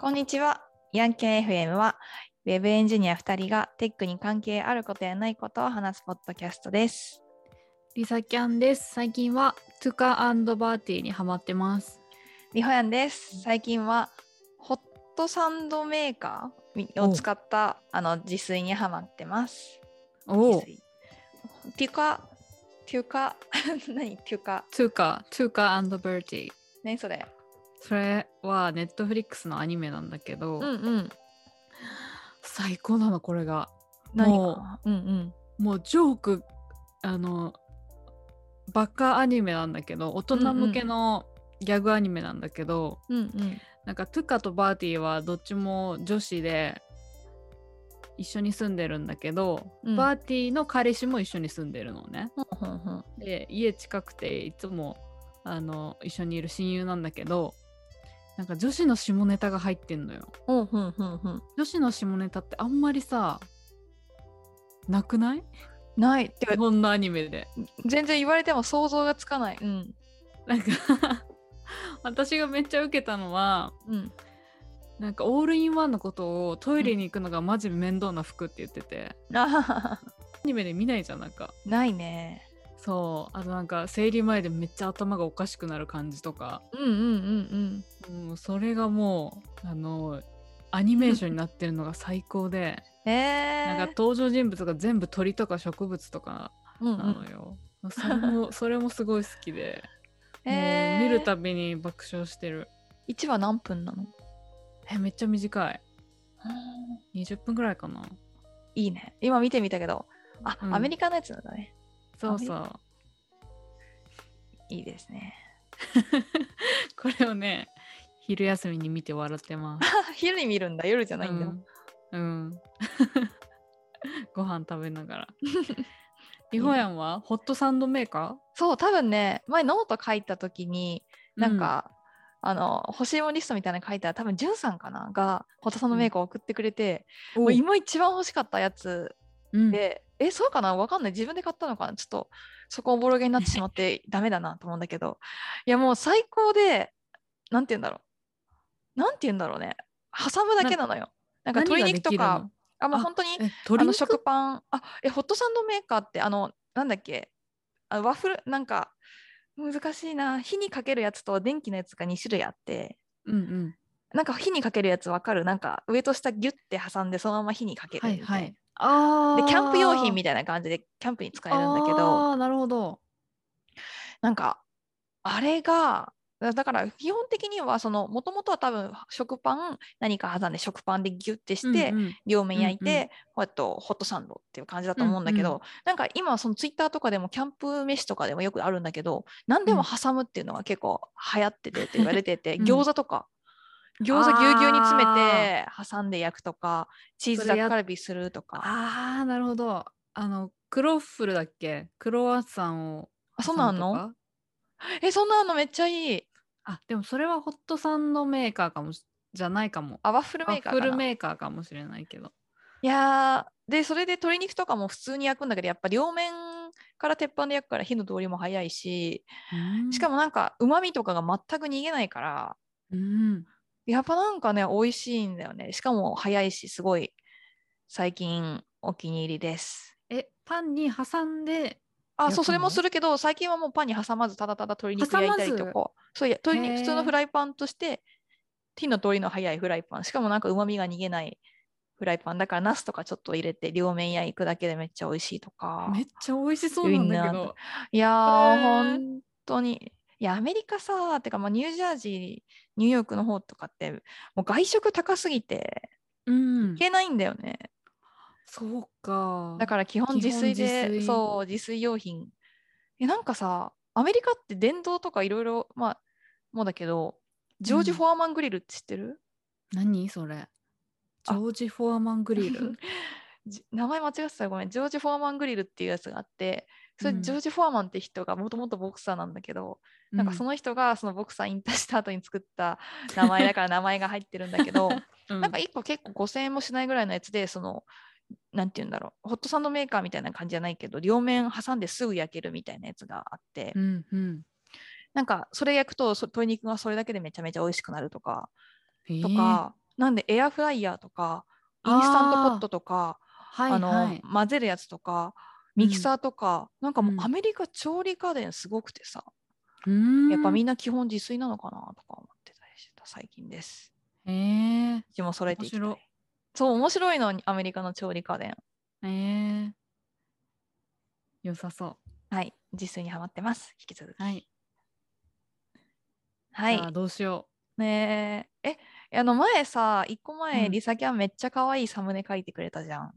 こんにちは。ヤンキャン FM は、ウェブエンジニア2人がテックに関係あることやないことを話すポッドキャストです。リサキャンです。最近はトゥカバーティーにハマってます。りほやんです。最近は、ホットサンドメーカーを使ったあの自炊にハマってます。お自炊っていうか、っていうか、 何っていうか、トゥカ、トゥカバーティー。何それ。それはネットフリックスのアニメなんだけど、うん。最高なのこれが。何もか。うんうん。うもうジョークあのバカアニメなんだけど、大人向けのギャグアニメなんだけど、うんうん。なんかトゥカとバーティーはどっちも女子で一緒に住んでるんだけど、うんバーティーの彼氏も一緒に住んでるのね。ほんほんほんで家近くていつもあの一緒にいる親友なんだけどなんか女子の下ネタが入ってんのよほんほんほんほん。女子の下ネタってあんまりさなくないない。てか日本のアニメで全然言われても想像がつかない。うん。なんか 私がめっちゃ受けたのは うん。なんかオールインワンのことをトイレに行くのがマジ面倒な服って言ってて、あはははアニメで見ないじゃんなんかないね。そうあとなんか生理前でめっちゃ頭がおかしくなる感じとかうんうんうんうん、それがもうあのアニメーションになってるのが最高でうん。 えー、なんか登場人物が全部鳥とか植物とかうんうなのん、よ、それもそれもすごい好きで、 えもー、う見るたびに爆笑してる1話何分なのえめっちゃ短い20分ぐらいかないいね。今見てみたけど、あ、うんアメリカのやつなんだね。そうそういいですね。これをね昼休みに見て笑ってます 昼に見るんだ、夜じゃ ないんだ。うん、うん、 ご飯食べな がらリホヤンはホットサンドメーカそう、多分ね、前ノート書いた時に、ーなん、か、あの欲しいものリストみたいなの書いたら多分ジュンさんかながホットサンドメーカーを送ってくれて、うんもう今一番欲しかったやつうんで、え、そうかなわかんない。自分で買ったのかなちょっと、そこおぼろげになってしまって ダメだなと思うんだけど。いや、もう最高で、なんて言うんだろう。なんて言うんだろうね。挟むだけなのよ。なんか鶏肉とか、あ、もうあ本当に、えあ鶏の肉食パン、あ、え、ホットサンドメーカーって、あの、なんだっけ、あワッフル、なんか、難しいな。火にかけるやつと電気のやつが2種類あって、うんうんなんか火にかけるやつわかるなんか上と下ギュッて挟んでそのまま火にかけるはみいたいな。はいあでキャンプ用品みたたいな感じでキャンプに使えるんだけどあーなるほどなんかあれがだだから基本的にはそのもともとは多分食パン何か挟んで食パンでギュッてして、うんうん両面焼いうんうんて、こうやってホットサンドっていう感じだと思うんだけど、うんうなんか今そのツイッターとかでもキャンプ飯とかでもよくあるんだけど何でも挟むっていうのが結構流行っててって言われてて、 うん餃子とか餃子ぎゅうぎゅうに詰めて挟んで焼くとかチーズそタれやッっカルビするとかああなるほどあのクロッフルだっけクロワッサンをあそうな挟むとのかえそんなのめっちゃいいあでもそれはホットサンドメーカーかもしじゃないかもあワッフルメーカーあかフルな。いメーカーかもしれないけどやーでそれで鶏肉とかも普通に焼くんだけどやっぱ両面から鉄板で焼くから火の通りも早いししかももなんかうまみとかが全く逃げないからうんやっぱなんかね美味しいんだよねしかも早いしすごい最近お気に入りです。えパンに挟んであ焼そうくそれものするけど最近はもうパンに挟まずただただ鶏肉挟ま焼ずいたりとかそういや鶏肉普通へのーフライパンとして火の通りの早いフライパンしかもなんかうまみが逃げないフライパンだからナスとかちょっと入れて両面焼くだけでめっちゃ美味しいとかめっちゃ美味しそうなんだけウインナーどいやー、へー本当にいやアメリカさてかまあニュージャージーニューヨークの方とかってもう外食高すぎてうんいけないんだよね、そうかだから基本基自本炊で自炊そう自炊用品えなんかさアメリカって電動とかいろいろまあもうだけどジョージ・うんフォアマングリルって知ってる、何それジあョージ・フォアマン グリルじ名前間違ってたらごめんジョージ・フォアマングリルっていうやつがあってそれうんジョージ・フォアマンって人がもともとボクサーなんだけど、なんかその、の人がそのボクサー引退した後に作った名前 だから名前が入ってるんだけどうなんか1個結構5000円もしないぐらいのやつでそのなんて言うんだろうホットサンドメーカーみたいな感じじゃないけど両面挟んですぐ焼けるみたいなやつがあって、うんうんなんかそれ焼くとそ鶏肉がそれだけでめちゃめちゃ美味しくなるとか、えーとかなんでエアフライヤーとかインスタントポットとかあ、はいのはい。混ぜるやつとかミキサーとか、なんかもうアメリカ調理家電すごくてさ、やっぱみんんな基本自炊なのかなとか思ってたりしてた最近です。な。へえうちも揃えていきたい面白いそう面白いのにアメリカの調理家電へえ良さそはい自炊にはまってます引き続きう。はい。はいじゃあどうしよねええあの前さ一個前、うんリサキャンめっちゃ可愛いサムネ書いてくれたじゃんう。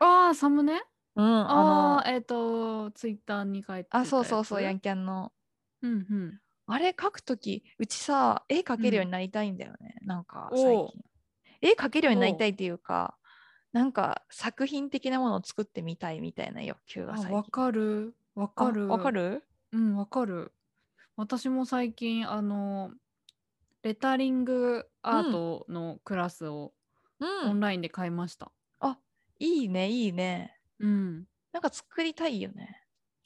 ああ、サムネうんああのあ、えっ、と、ツイッターに書いてたあやつそうそうそうヤンキャンのうんうん。あれ書くときうちさ絵描けるようになりたいんだよね、なんか最おう近絵描けるようになりおうたいっていうかなんか作品的なものを作ってみたいみたいな欲求があ最近わかる。わかる。あわかるうん、わかる。私も最近、あの、レタリングアートのクラスをうオンんラインで買いました。いいねいいねうん。なんか作りたいよね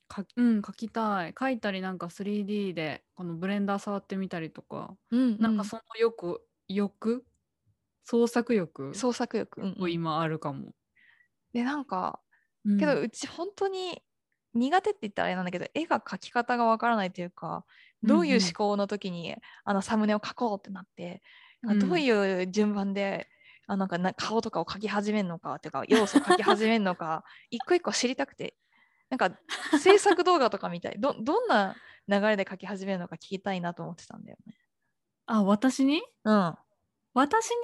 かうん、書きたい。書いたり、なんか 3D で、このブレンダー触ってみたりとか、うんなんかその欲、欲創作欲創作欲、うんうんを今あるかも。でなんかうんけどうち本当に苦手って言ったらあれなんだけど絵が描き方がわからないというかどういううんうん思考の時にあのサムネを描こうってなってなんかうんどういう順番であなんかな顔とかを描き始めるのかっていうか要素を描き始めるのか 一個一個知りたくてなんか制作動画とかみたいどどんな流れで描き始めるのか聞きたいなと思ってたんだよね。あ、私にうん私に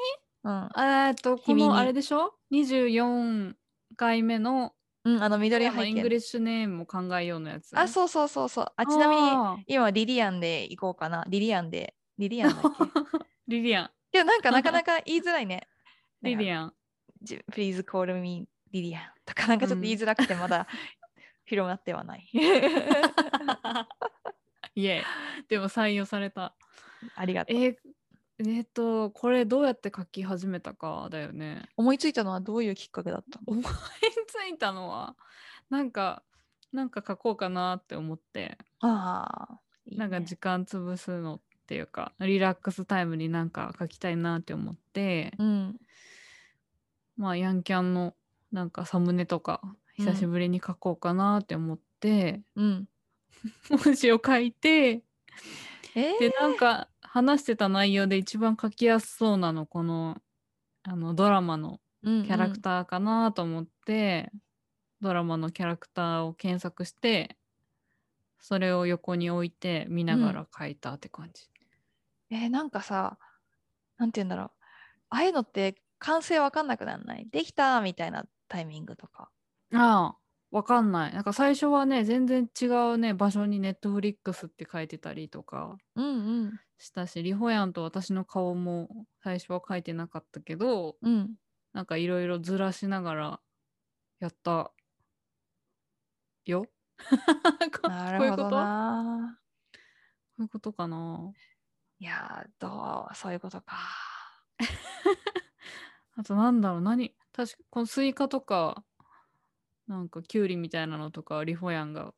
うんえーっと、こ君にのあれでしょ ?24 回目のうん、あの緑今日の背イング景リッシュネームも考えようのやつ。あう。そうそうそうそうあちなみに今リリアンで行こうかなリリアンでリリアンだっけ リリアン、けどなんかなかなか言いづらいね。 リリアン。アン。じ Please call me リリアンとかなんかちょっと言いづらくてまだ広がっては ない。イエイ。でも採用された。ありがとえう。ーえーっと、これどうやって書き始めたかだよね。思いついたのはどういうきっかけだ ったの思いついたのは、なんか、なんか書こうかなって思って、ああ。いいなんかね時間潰すのっていうか、リラックスタイムになんか書きたいなって思って、うん。まあ、ヤンキャンのなんかサムネとか久しぶりに書こうかなって思って、うん。文字を書いてえーでなんか話してた内容で一番書きやすそうなのこのあのドラマのうんうんキャラクターかなと思って、ドラマのキャラクターを検索してそれを横に置いて見ながら書いたって感じ。えーなんかさ、なんて言うんだろう。ああいうのって完成わかんなくなんないできたみたいなタイミングとか。ああわかんない。なんか最初はね全然違うね場所にネットフリックスって書いてたりとかうんうん。したしリホヤンと私の顔も最初は書いてなかったけど うん。なんかいろいろずらしながらやった よ。こなるほこういうこどとこな。ういうことかないやー、どう、そういうことか。あとなんだろう何確かこのスイカとかなんかキュウリみたいなのとかリホヤンが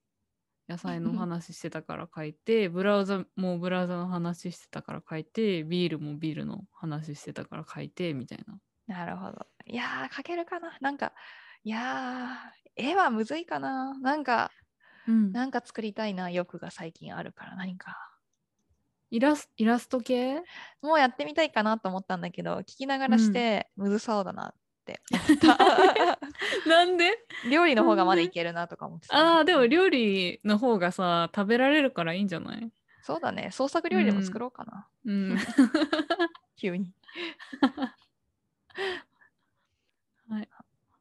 野菜の話してたから書いてブラウザもブラウザの話してたから書いてビールもビールの話してたから書いてみたいな。なるほど。いやー、描けるかななんか、いやー、絵はむずいかななんか、うん、なんか作りたいな、欲が最近あるから、何か。イラスイラスト系もうやってみたいかなと思ったんだけど、聞きながらうんして、むずそうだなっ て思った。 なんで料理の方がまだなんでいけるなとか思ってたああでも料理の方がさ食べられるからいいんじゃないそうだね、創作料理でうもん作ろうかな、うん 急に。はい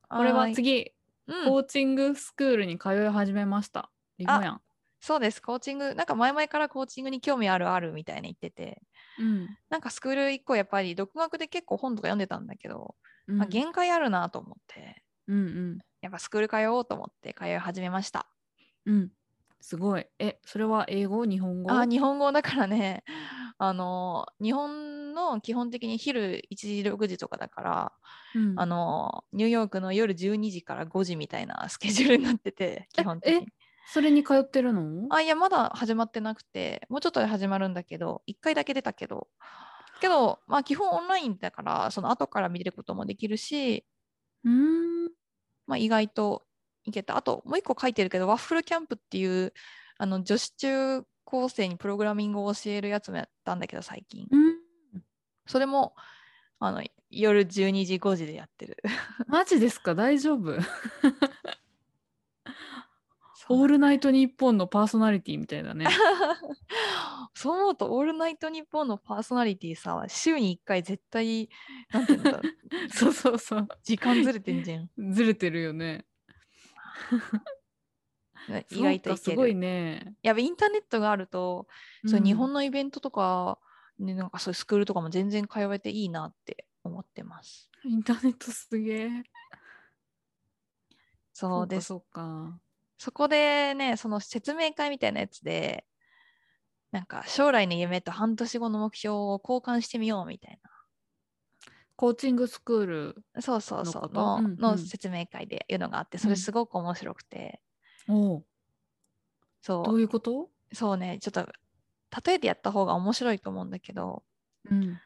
これはーい、次うんコーチングスクールに通い始めましたリホヤンそうです、コーチング、なんか前々からコーチングに興味あるあるみたいに言ってて、うんなんかスクール以降やっぱり独学で結構本とか読んでたんだけど、うんあ限界あるなと思ってうんうんやっぱスクール通おうと思って通い始めましたうんすごいえそれは英語日本語あ日本語だからね あの日本の基本的に昼1時6時とかだから、うんあのニューヨークの夜12時から5時みたいなスケジュールになってて基本的えにそれに通ってるのあいやまだ始まってなくてもうちょっとで始まるんだけど1回だけ出たけどけど、まあ、基本オンラインだからその後から見れることもできるし、うーん。まあ、意外といけたあともう一個書いてるけどワッフルキャンプっていうあの女子中高生にプログラミングを教えるやつもやったんだけど最近うんそれもあの夜12時5時でやってるマジですか大 丈夫そうオールナイトニッポンのパーソナリティみたいだね。 そう思うと「オールナイトニッポン」のパーソナリティさ週に1回絶対なんていうんだろうそうそうそう。時間ずれてんじゃんずれてるよね。意外といそうかすけごいるね。やべインターネットがあると、そううん日本のイベントとか、ね、なんかそういうスクールとかも全然通えていいなって思ってますインターネットすげえ。そうですそうか。そこでね、その説明会みたいなやつで、なんか将来の夢と半年後の目標を交換してみようみたいコーチングスクール。な、そうそうそのこうとの、うんうんの説明会でいうのがあって、それすごく面白くて、おうどそうういうことそうね、ちょっと例えてやった方が面白いと思うんだけど、うん。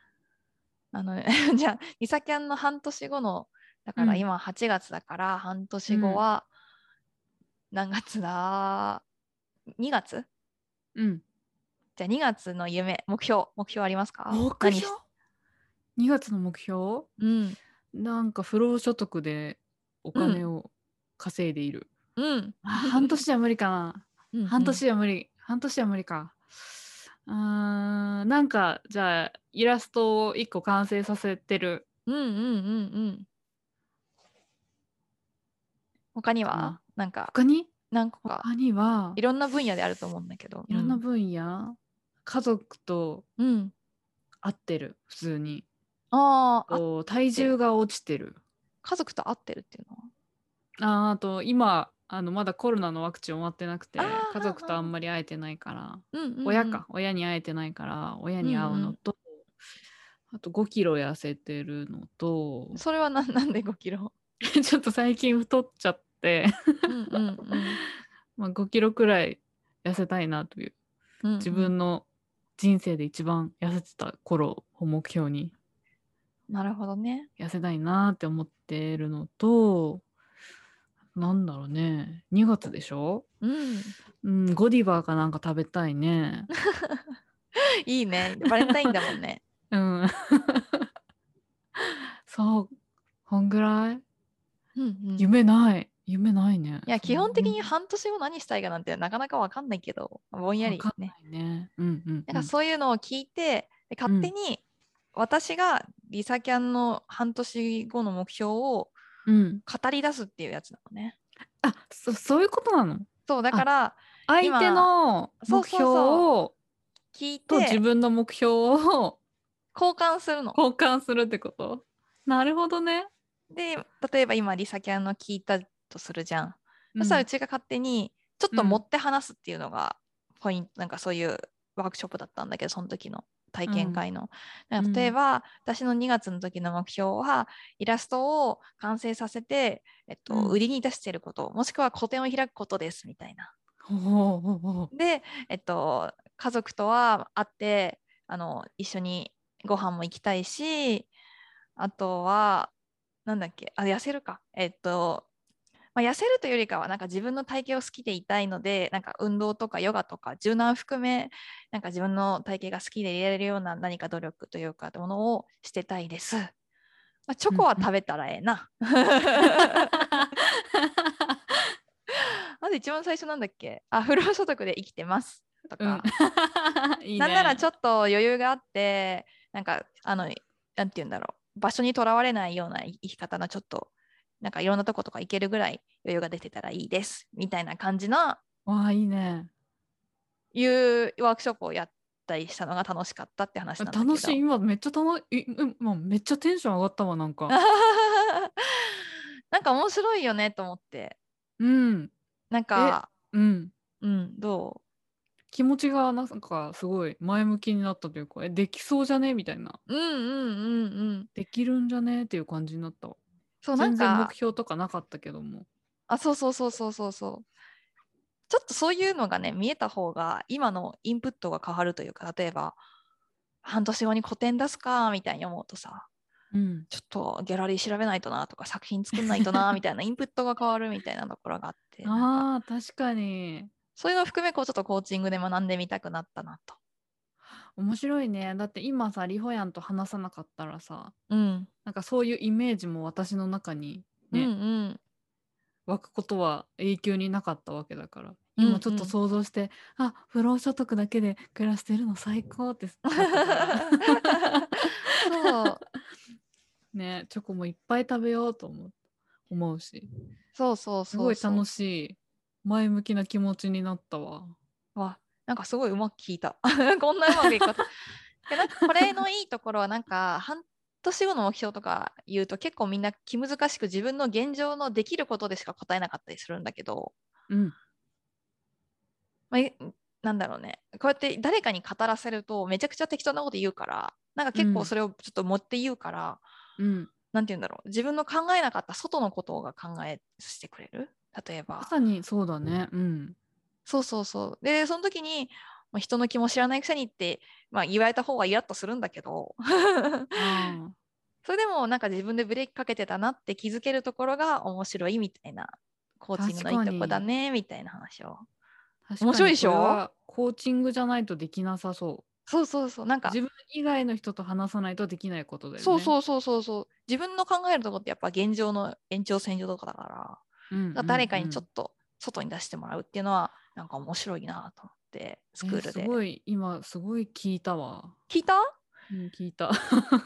あの じゃあ、リサキャンの半年後の、だかうらん今8月だから、半年後は何月だ、?2 月うん。じゃあ2月の夢、目標、目標ありますか目何し標 ?2 月の目標うん。なんか不労所得でお金を稼いでいる。うん。あ半年じゃ無理かな。うんうん半年じゃ無理。半年じゃ無理か。うーんなんかじゃあイラストを1個完成させてるうんうんうんうん他にはあなんか他に何個か他にはいろんな分野であると思うんだけどいろんな分野家族とうん、うん合ってる普通にあーあこう体重が落ちてる家族と会ってるっていうのはあーあと今あのまだコロナのワクチン終わってなくてあー家族とあんまり会えてないから、うんうんうん親か親に会えてないから親に会うのと、あと5キロ痩せてるのとそれはなんなんで5キ ロちょっと最近太っちゃって、 うんうんうんまあ、5キロくらい痩せたいなといううんうん自分の人生で一番痩せてた頃を目標になるほどね痩せたいなって思ってるのとなんだろうね2月でしょうんうん、ゴディバーかなんか食べたいね。いいねバレンタインだもんねうん。 そう、こんぐらいうん、うん、い夢ない。夢ないね。や基本的には半年後何したいかなんてなかなかわかんないけどぼんんややりりねね。ねうんうん、なんかそういうのを聞いて、で勝手に私がリサキャンの半年後の目標をうん。うん。語り出すっていうやつなのね。あそ、そういうことなのそうだから相手のそうそう目標そを聞いてと自交分の目標を換するの。交換するってことなるほどね。で例えば今リサキャンの聞いたとするじゃん。そしたらうちが勝手にちょっと持って話すっていうのがポイント、なんかそういうワークショップだったんだけどその時の体験会の。なんか例えば、私の2月の時の目標はイラストを完成させて、えっとうん売りに出していることもしくは個展を開くことですみたいな。うん、ほうほうほうで、えっと、家族とは会ってあの一緒にご飯も行きたいしあとはなんだっけあ痩せるかえっと、まあ、痩せるというよりかはなんか自分の体型を好きでいたいのでなんか運動とかヨガとか柔軟含めなんか自分の体型が好きでいられるような何か努力というかものをしてたいです。まあ、チョコは食べたらええな。 まず一番最初なんだっけあ不労所得で生きてますとうん か、いいねなんならちょっと余裕があってなんかあのなんて言うんだろう場所にとらわれないような生き方のちょっとなんかいろんなとことか行けるぐらい余裕が出てたらいいですみたいな感じのわあいいね。いうワークショップをやったりしたのが楽しかったって話なんだけど楽しい今めっちゃ楽いうんもうめっちゃテンション上がったわなんか なんか面白いよねと思ってうんなんかうんうんど気持ちがなんかすごい前向きになったというかえできそうじゃねみたいなううんうんうんうんできるんじゃねっていう感じになったわそうなん全然か目標とかなかったけどもあそうそうそうそうそうそうちょっとそういうのがね見えた方が今のインプットが変わるというか例えば半年後に個展出すかみたいに思うとさうん、ちょっとギャラリー調べないとなとか作品作んないと なみたいなインプットが変わるみたいなところがあってなんかああ確かにそういうのを含めこうちょっとコーチングで学んでみたくなったなと。面白いねだって今さリホヤンと話さなかったらさうんなんかそういうイメージも私の中にねうんうん湧くことは永久になかったわけだからうん今ちょっと想像して、あ不労所得だけで暮らしてるの最高ってなった から そうねチョコもいっぱい食べようと思う思うしそうそうそうすごい楽ししい前向きな気持ちになったわわなんかすごいうまく聞いた こんなうまくいく こといやなんかこれのいいところはなんか半年後の目標とか言うと結構みんな気難しく自分の現状のできることでしか答えなかったりするんだけど、うんまあ、いなんだろうねこうやって誰かに語らせるとめちゃくちゃ適当なこと言うからなんか結うん構それをちょっと持って言うから、うんなんて言うんだろう自分の考えなかった外のことが考えしてくれる例えばまさにそうだねうんそうそうそう。で、その時に、まあ、人の気も知らないくせにって、まあ、言われた方はイラッとするんだけど、 あそれでもなんか自分でブレーキかけてたなって気づけるところが面白いみたいな、コーチングのいいとこだねみたいな話を。ー面白いでしょ確かにこれはコーチングじゃないとできなさそうそうそうそう。なんか、自分以外の人と話さないとできないことだよね。そうう。そうそうそうそう。自分の考えるとこってやっぱ現状の延長線上とかだから、だから誰かにちょっとと外に出してもらうっていうのは、なんか面白いなと思って、スクールすで。ごい今すごい聞いたわ。聞いたうん、聞いた。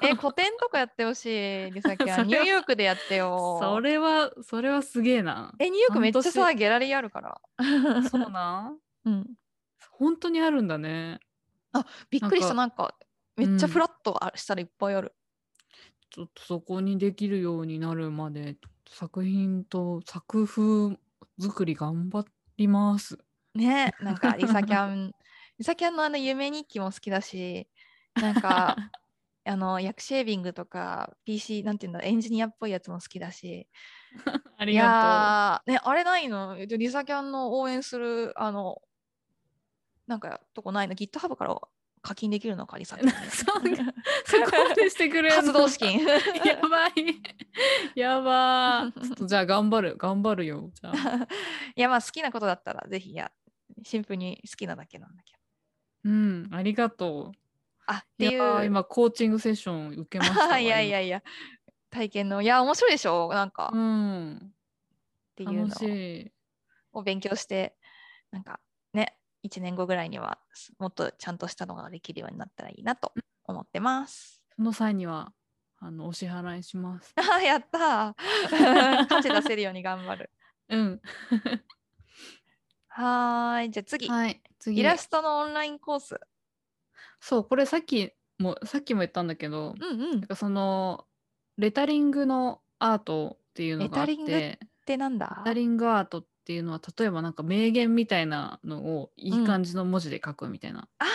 え、古典とかやってほしい、リサキ それは。はニューヨークでやってよ。 それはそれはすげえな。え、ニューヨークめっちゃ半さ、ギャラリーあるから。そうなん。うん、本当にあるんだね。びっくりした、なんか、めっちゃうんフラッとあしたらいっぱいある。ちょっとそこにできるようになるまで作品と作風作り頑張ります。ね、なんか、リサキャン、 リサキャンのあの、夢日記も好きだし、なん か、あの、役シェービングとか、PC、なんていうんだ、エンジニアっぽいやつも好きだし。あいりやがー、ね、あれないのえっとリサキャンの応援する、あの、なんか、とこないの ?GitHub から課金できるのか、リサキャン でそんなとう。 そこまでしてくれる活の動資。 金。 やばい。やばー。ちょっとじゃあ頑張る。頑張るよ。じゃあ。 いやまあ好きなことだったらぜひいやシンプルに好きなだけなんだけど。うん、ありがとう。あっていやーう。今コーチングセッション受けました わいやいやいや体験のいや面白いでしょなんか、今っうん、ていう楽のしい。を勉強してなんかね1年後ぐらいにはすもっとちゃんとしたのができるようになったらいいなと思ってます。その際にはあのお支払いします。あ やった ー価値出せるように頑張る。うん。はーいじゃあ次、はい。次イラストのオンラインコース。そうこれさっきもさっきも言ったんだけど、うんうん。っなんかそのレタリングのアートっていうのがあレタっリングて、てなんだレタリングアートっていうのは例えばなんか名言みたいなのをいい感じの文字で書くみたいな。あ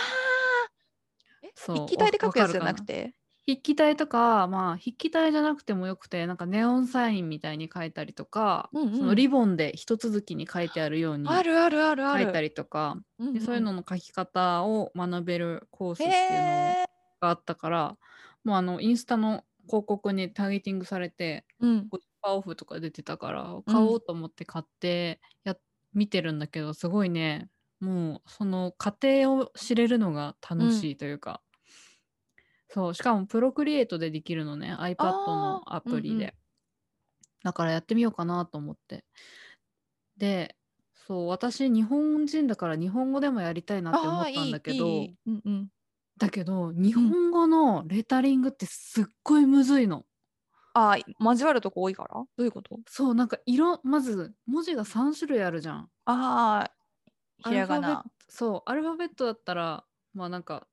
ーえそう筆記体で書くやつじゃわわなかくるかて筆記体とかまあ筆記体じゃなくてもよくてなんかネオンサインみたいに書いたりとか、うんうんそのリボンで一続きに書いてあるようにあ書るあるあるある。いたりとかうんうんでそういうのの書き方を学べるコースっていうのへえ。があったからもうあのインスタの広告にターゲティングされてうん。 50%オフとか出てたから買おうと思って買ってや、見てるんだけどすごいねもうその過程を知れるのが楽しいというか、そうしかもプロクリエイトでできるのね iPad のアプリで、うんうんだからやってみようかなと思ってでそう私日本人だから日本語でもやりたいなって思あっあたんだけどいいいいうんうん。だけど日本語のレタリングってすっごいむずいの。ああ交わるとこ多いからどういうこと？そうなんか色まず文字が3種類あるじゃん。ああひらがアルファなベッ。トそうアルファベットだったらまあなんか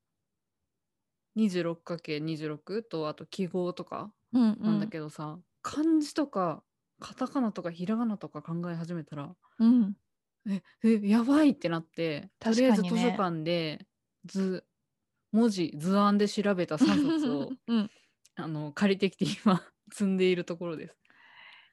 26×26 とあと記号とかうんうなんだけどさ、漢字とかカタカナとかひらがなとか考え始めたらうん。ええやばいってなって、とりあえ確ずか図にね書館で図文字図案で調べた3冊 をうん。あの借りてきて今積んでいるところです。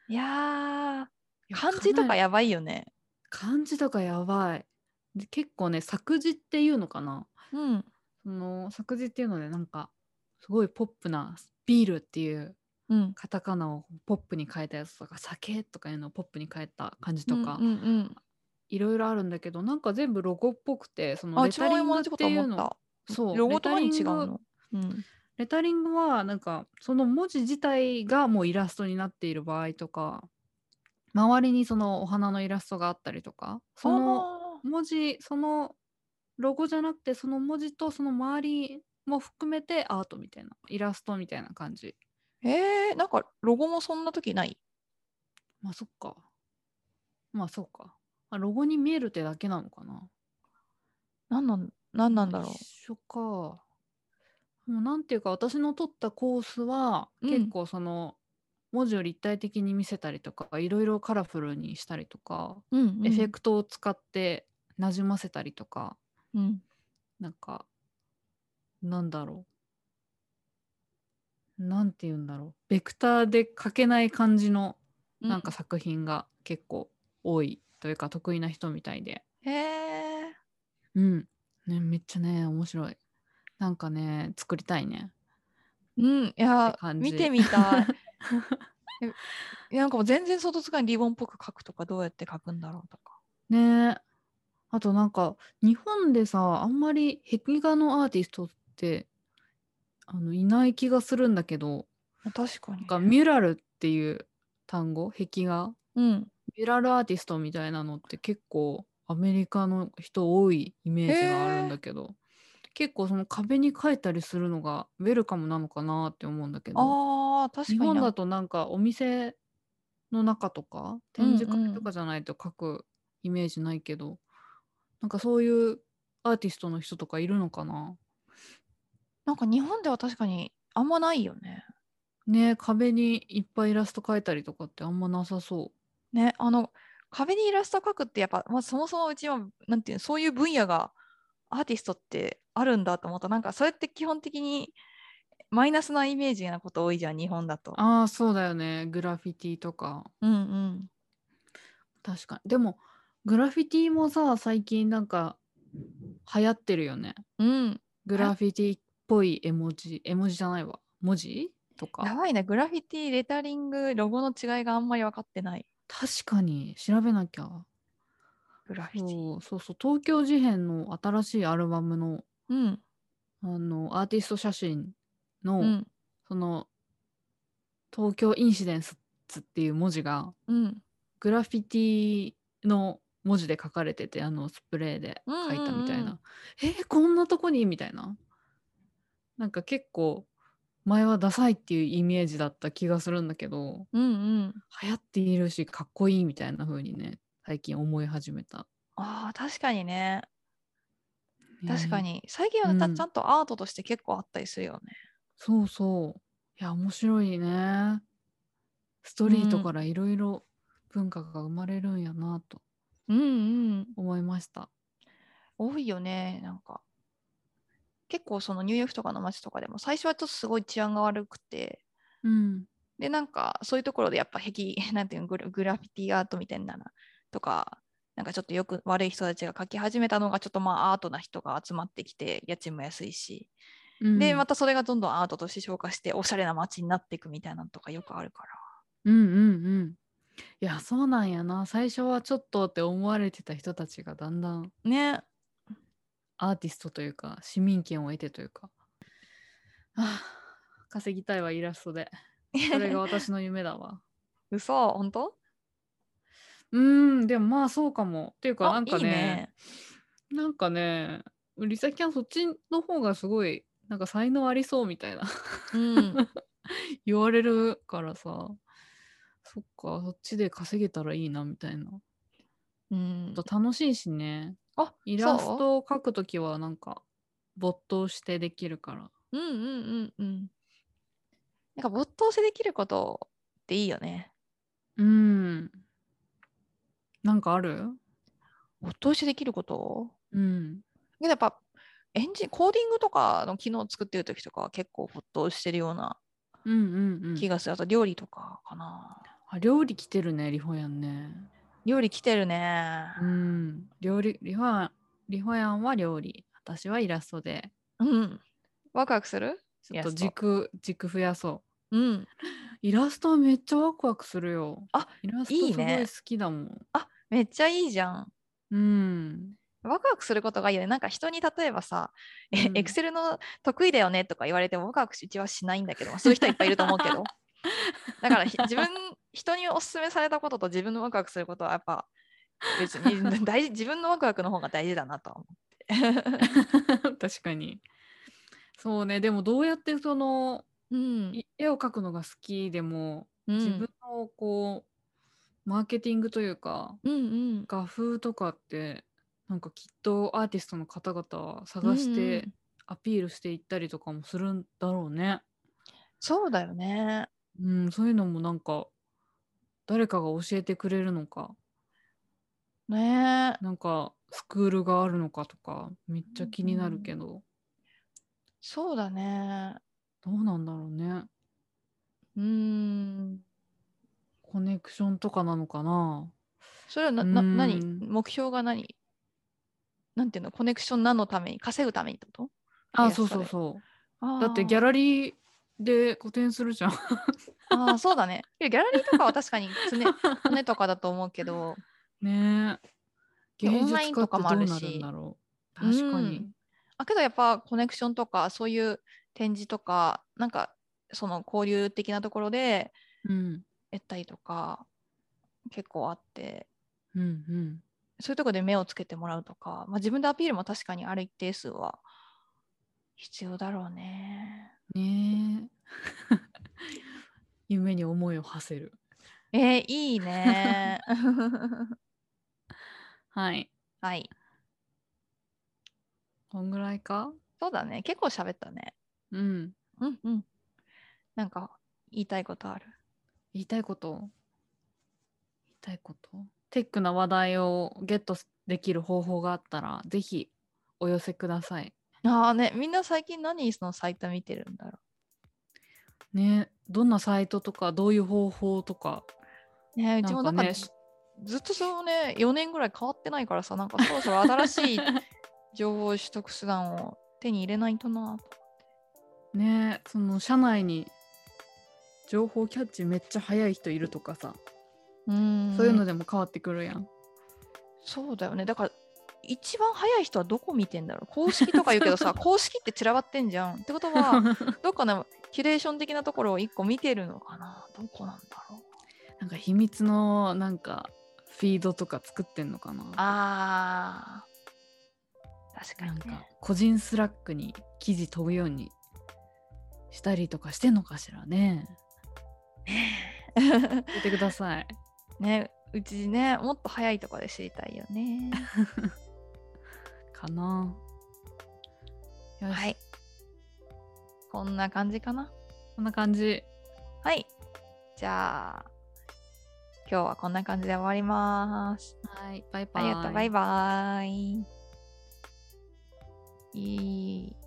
いやーいや漢字となかりやばいよね。漢字とかやばいで結構ね作字っていうのかなうん。その作詞っていうのでなんかすごいポップなビールっていううん。カタカナをポップに変えたやつとか酒とかいうのをポップに変えた感じとかうんうんいろいろあるんだけどなんか全部ロゴっぽくてそうんのあ、レ一タリ番ング同っじこてという思っのた。そうロゴと何違うレタリングのうん。レタリングはなんかその文字自体がもうイラストになっている場合とか周りにそのお花のイラストがあったりとかそのあー文字そのロゴじゃなくてその文字とその周りも含めてアートみたいなイラストみたいな感じえー、なんかロゴもそんな時ないまあそっかまあそうかあロゴに見えるってだけなのかななんなんなんなんだろう一緒か。もうなんていうか私の取ったコースは、うん結構その文字を立体的に見せたりとかいろいろカラフルにしたりとか、うんうんエフェクトを使ってなじませたりとかうんなんかなんだろうなんて言うんだろうベクターで書けない感じのうなんか作品が結構多いというか得意な人みたいで。へえうん。ね、めっちゃね、面白い。なんかね、作りたいね。うんいやって感じ見てみたい えいやなんかもう全然外使いにリボンっぽく書くとかどうやって書くんだろうとかねあとなんか、日本でさ、あんまり壁画のアーティストって、あの、いない気がするんだけど、確かになんかミュラルっていう単語、壁画、うんミュラルアーティストみたいなのって結構アメリカの人多いイメージがあるんだけど、結構その壁に描いたりするのがウェルカムなのかなって思うんだけど。あー確日かに本なだとなんかお店の中とかうんうん展示会とかじゃないと書くイメージないけど、なんかそういうアーティストの人とかいるのかななんか日本では確かにあんまないよねね壁にいっぱいイラスト描いたりとかってあんまなさそねあの壁にイラスト描くってやっぱ、まあ、そもそもうちはなんていうのそういう分野がアーティストってあるんだと思ったなんかそれって基本的にマイナスなイメージなこと多いじゃん日本だとう。ああそうだよねグラフィティとかうんうん確かにでもグラフィティもさ最近なんか流行ってるよねうん、グラフィティっぽい絵文字絵文字じゃないわ文字とかやばいねグラフィティレタリングロゴの違いがあんまり分かってない確かに調べなきゃグラフィティそうそうそう東京事変の新しいアルバムのうんあのアーティスト写真の、うんその「東京インシデンス」っていう文字がうんグラフィティの文字で書かれててあのスプレーで書いたみたいうんうんな「うんえーこんなとこに?」みたいななんか結構前はダサいっていうイメージだった気がするんだけどうんうん流行っているしかっこいいみたいな風にね最近思い始めた。あー確かにね確にかに最近はまたうんちゃんとアートとして結構あったりするよね、そうそう。いや、面白いね。ストリーうトんからいろいろ文化が生まれるんやなとうんうん思いました。多いよねなんか結構そのニューヨークとかの街とかでも最初はちょっとすごい治安が悪くてうん。でなんかそういうところでやっぱ壁 なんていうのグラグラフィティアートみたいなのとかなんかちょっとよく悪い人たちが描き始めたのがちょっとまあアートな人が集まってきて家賃も安いし、でまた、たそれがどんどんアートとして消化しておしゃれな街になっていくみたいなのとかよくあるからうんうんうん。いや、そうなんやな。最初はちょっとって思われてた人たちがだんだんねアーティストというか、市民権を得てというか。ああ、稼ぎたいわ、イラストで。それ が私の夢だわ。嘘本当うん、でもまあそうかも。っていうか、あなんかいいねなんかね、リサキャンそっちの方がすごい、なんか才能ありそうみたいな うん、言われるからさ、そっか、そっちで稼げたらいいなみたいな。うん あ、と楽しいしね、あイラスそうトを描くときはなんか没頭してできるから。うんうんうんうんなんか没頭してできることっていいよねうん。なんかある没頭してできることうん。けどやっぱエンジンコーディングとかの機能を作ってる時とかは結構ほっとしてるようなうんうんうん気。がする、あと料理とかかなあ料理来てるね、リホヤンね。料理来てるねうん。料理、リホヤン、リホヤンは料理。私はイラストでううん。ワクワクするちょイラっとスト軸軸増やそううん。イラストはめっちゃワクワクするよ。あイラストいいねすごい好きだもん。めっちゃいいじゃん。うん。 ワクワクすることがいいよね。なんか人に例えばさ、えうんエクセルの得意だよねとか言われてもワクワクしうちはしないんだけど、まあそういう人はいっぱいいると思うけ ど。だからひ自分、人におすすめされたことと自分のワクワクすることはやっぱ別 に大事、自分のワクワクの方が大事だなとは思って。確かに。そうね、でもどうやってそのうん。い絵を描くのが好きでも、うん自分のこうマーケティングというかうんうん。画風とかってなんかきっとアーティストの方々は探しうんうてんアピールしていったりとかもするんだろうね。そうだよね。うん、そういうのもなんか誰かが教えてくれるのかねえなんかスクールがあるのかとかめっちゃ気になるけど、そうだね。どうなんだろうねうん。コネクションとかなのかなそれはな、な、何うん目標が何なんていうのコネクション何のために稼ぐためにってことあイラスそトうでそうそうあだってギャャラリーで個展するじゃん あーそうだね。いやギャラリーとかは確かに常 常とかだと思うけど、ねえで芸オンライ術ン家とってかどもあうなるるしんだろう確かに、あけどやっぱコネクションとかそういう展示とかなんかその交流的なところでうん、得たりとか結構あって、うんうんそういうところで目をつけてもらうとか、まあ自分でアピールも確かにある一定数は必要だろうね。ねえ 夢に思いを馳せるえー、いい ね。はいはい。こんぐらいかそうだね。結構喋ったね。うんうんうん。なんか言いたいことある。言いたいこと言いたいことテックな話題をゲットできる方法があったらぜひお寄せくださいああね、みんな最近何そのサイト見てるんだろねどんなサイトとかどういう方法とかう。ねうちなもんなかんかねずっとそのね、4年ぐらい変わってないからさ、 なんかそろそろ新しい情報取得手段を手に入れないとなと。ねその社内に情報キャッチめっちゃ早い人いるとかさ、うんそういうのでも変わってくるやんそうだよね。だから一番早い人はどこ見てんだろう公式とか言うけど さ、公式って散らばってんじゃん。ってこと は、 どっかのキュレーション的なところを一個見てるのかなどこなんだろうなんか秘密のなんかフィードとか作ってんのかなあー確かなに、んね、か個人スラックに記事飛ぶようにしたりとかしてんのかしらね。教えてください。ねうちねもっと早いとこで知りたいよねかな。よし、はいこんな感じかなこんな感じ。はいじゃあ今日はこんな感じで終わりますはい、バイバあイ。りがとうバイバイいい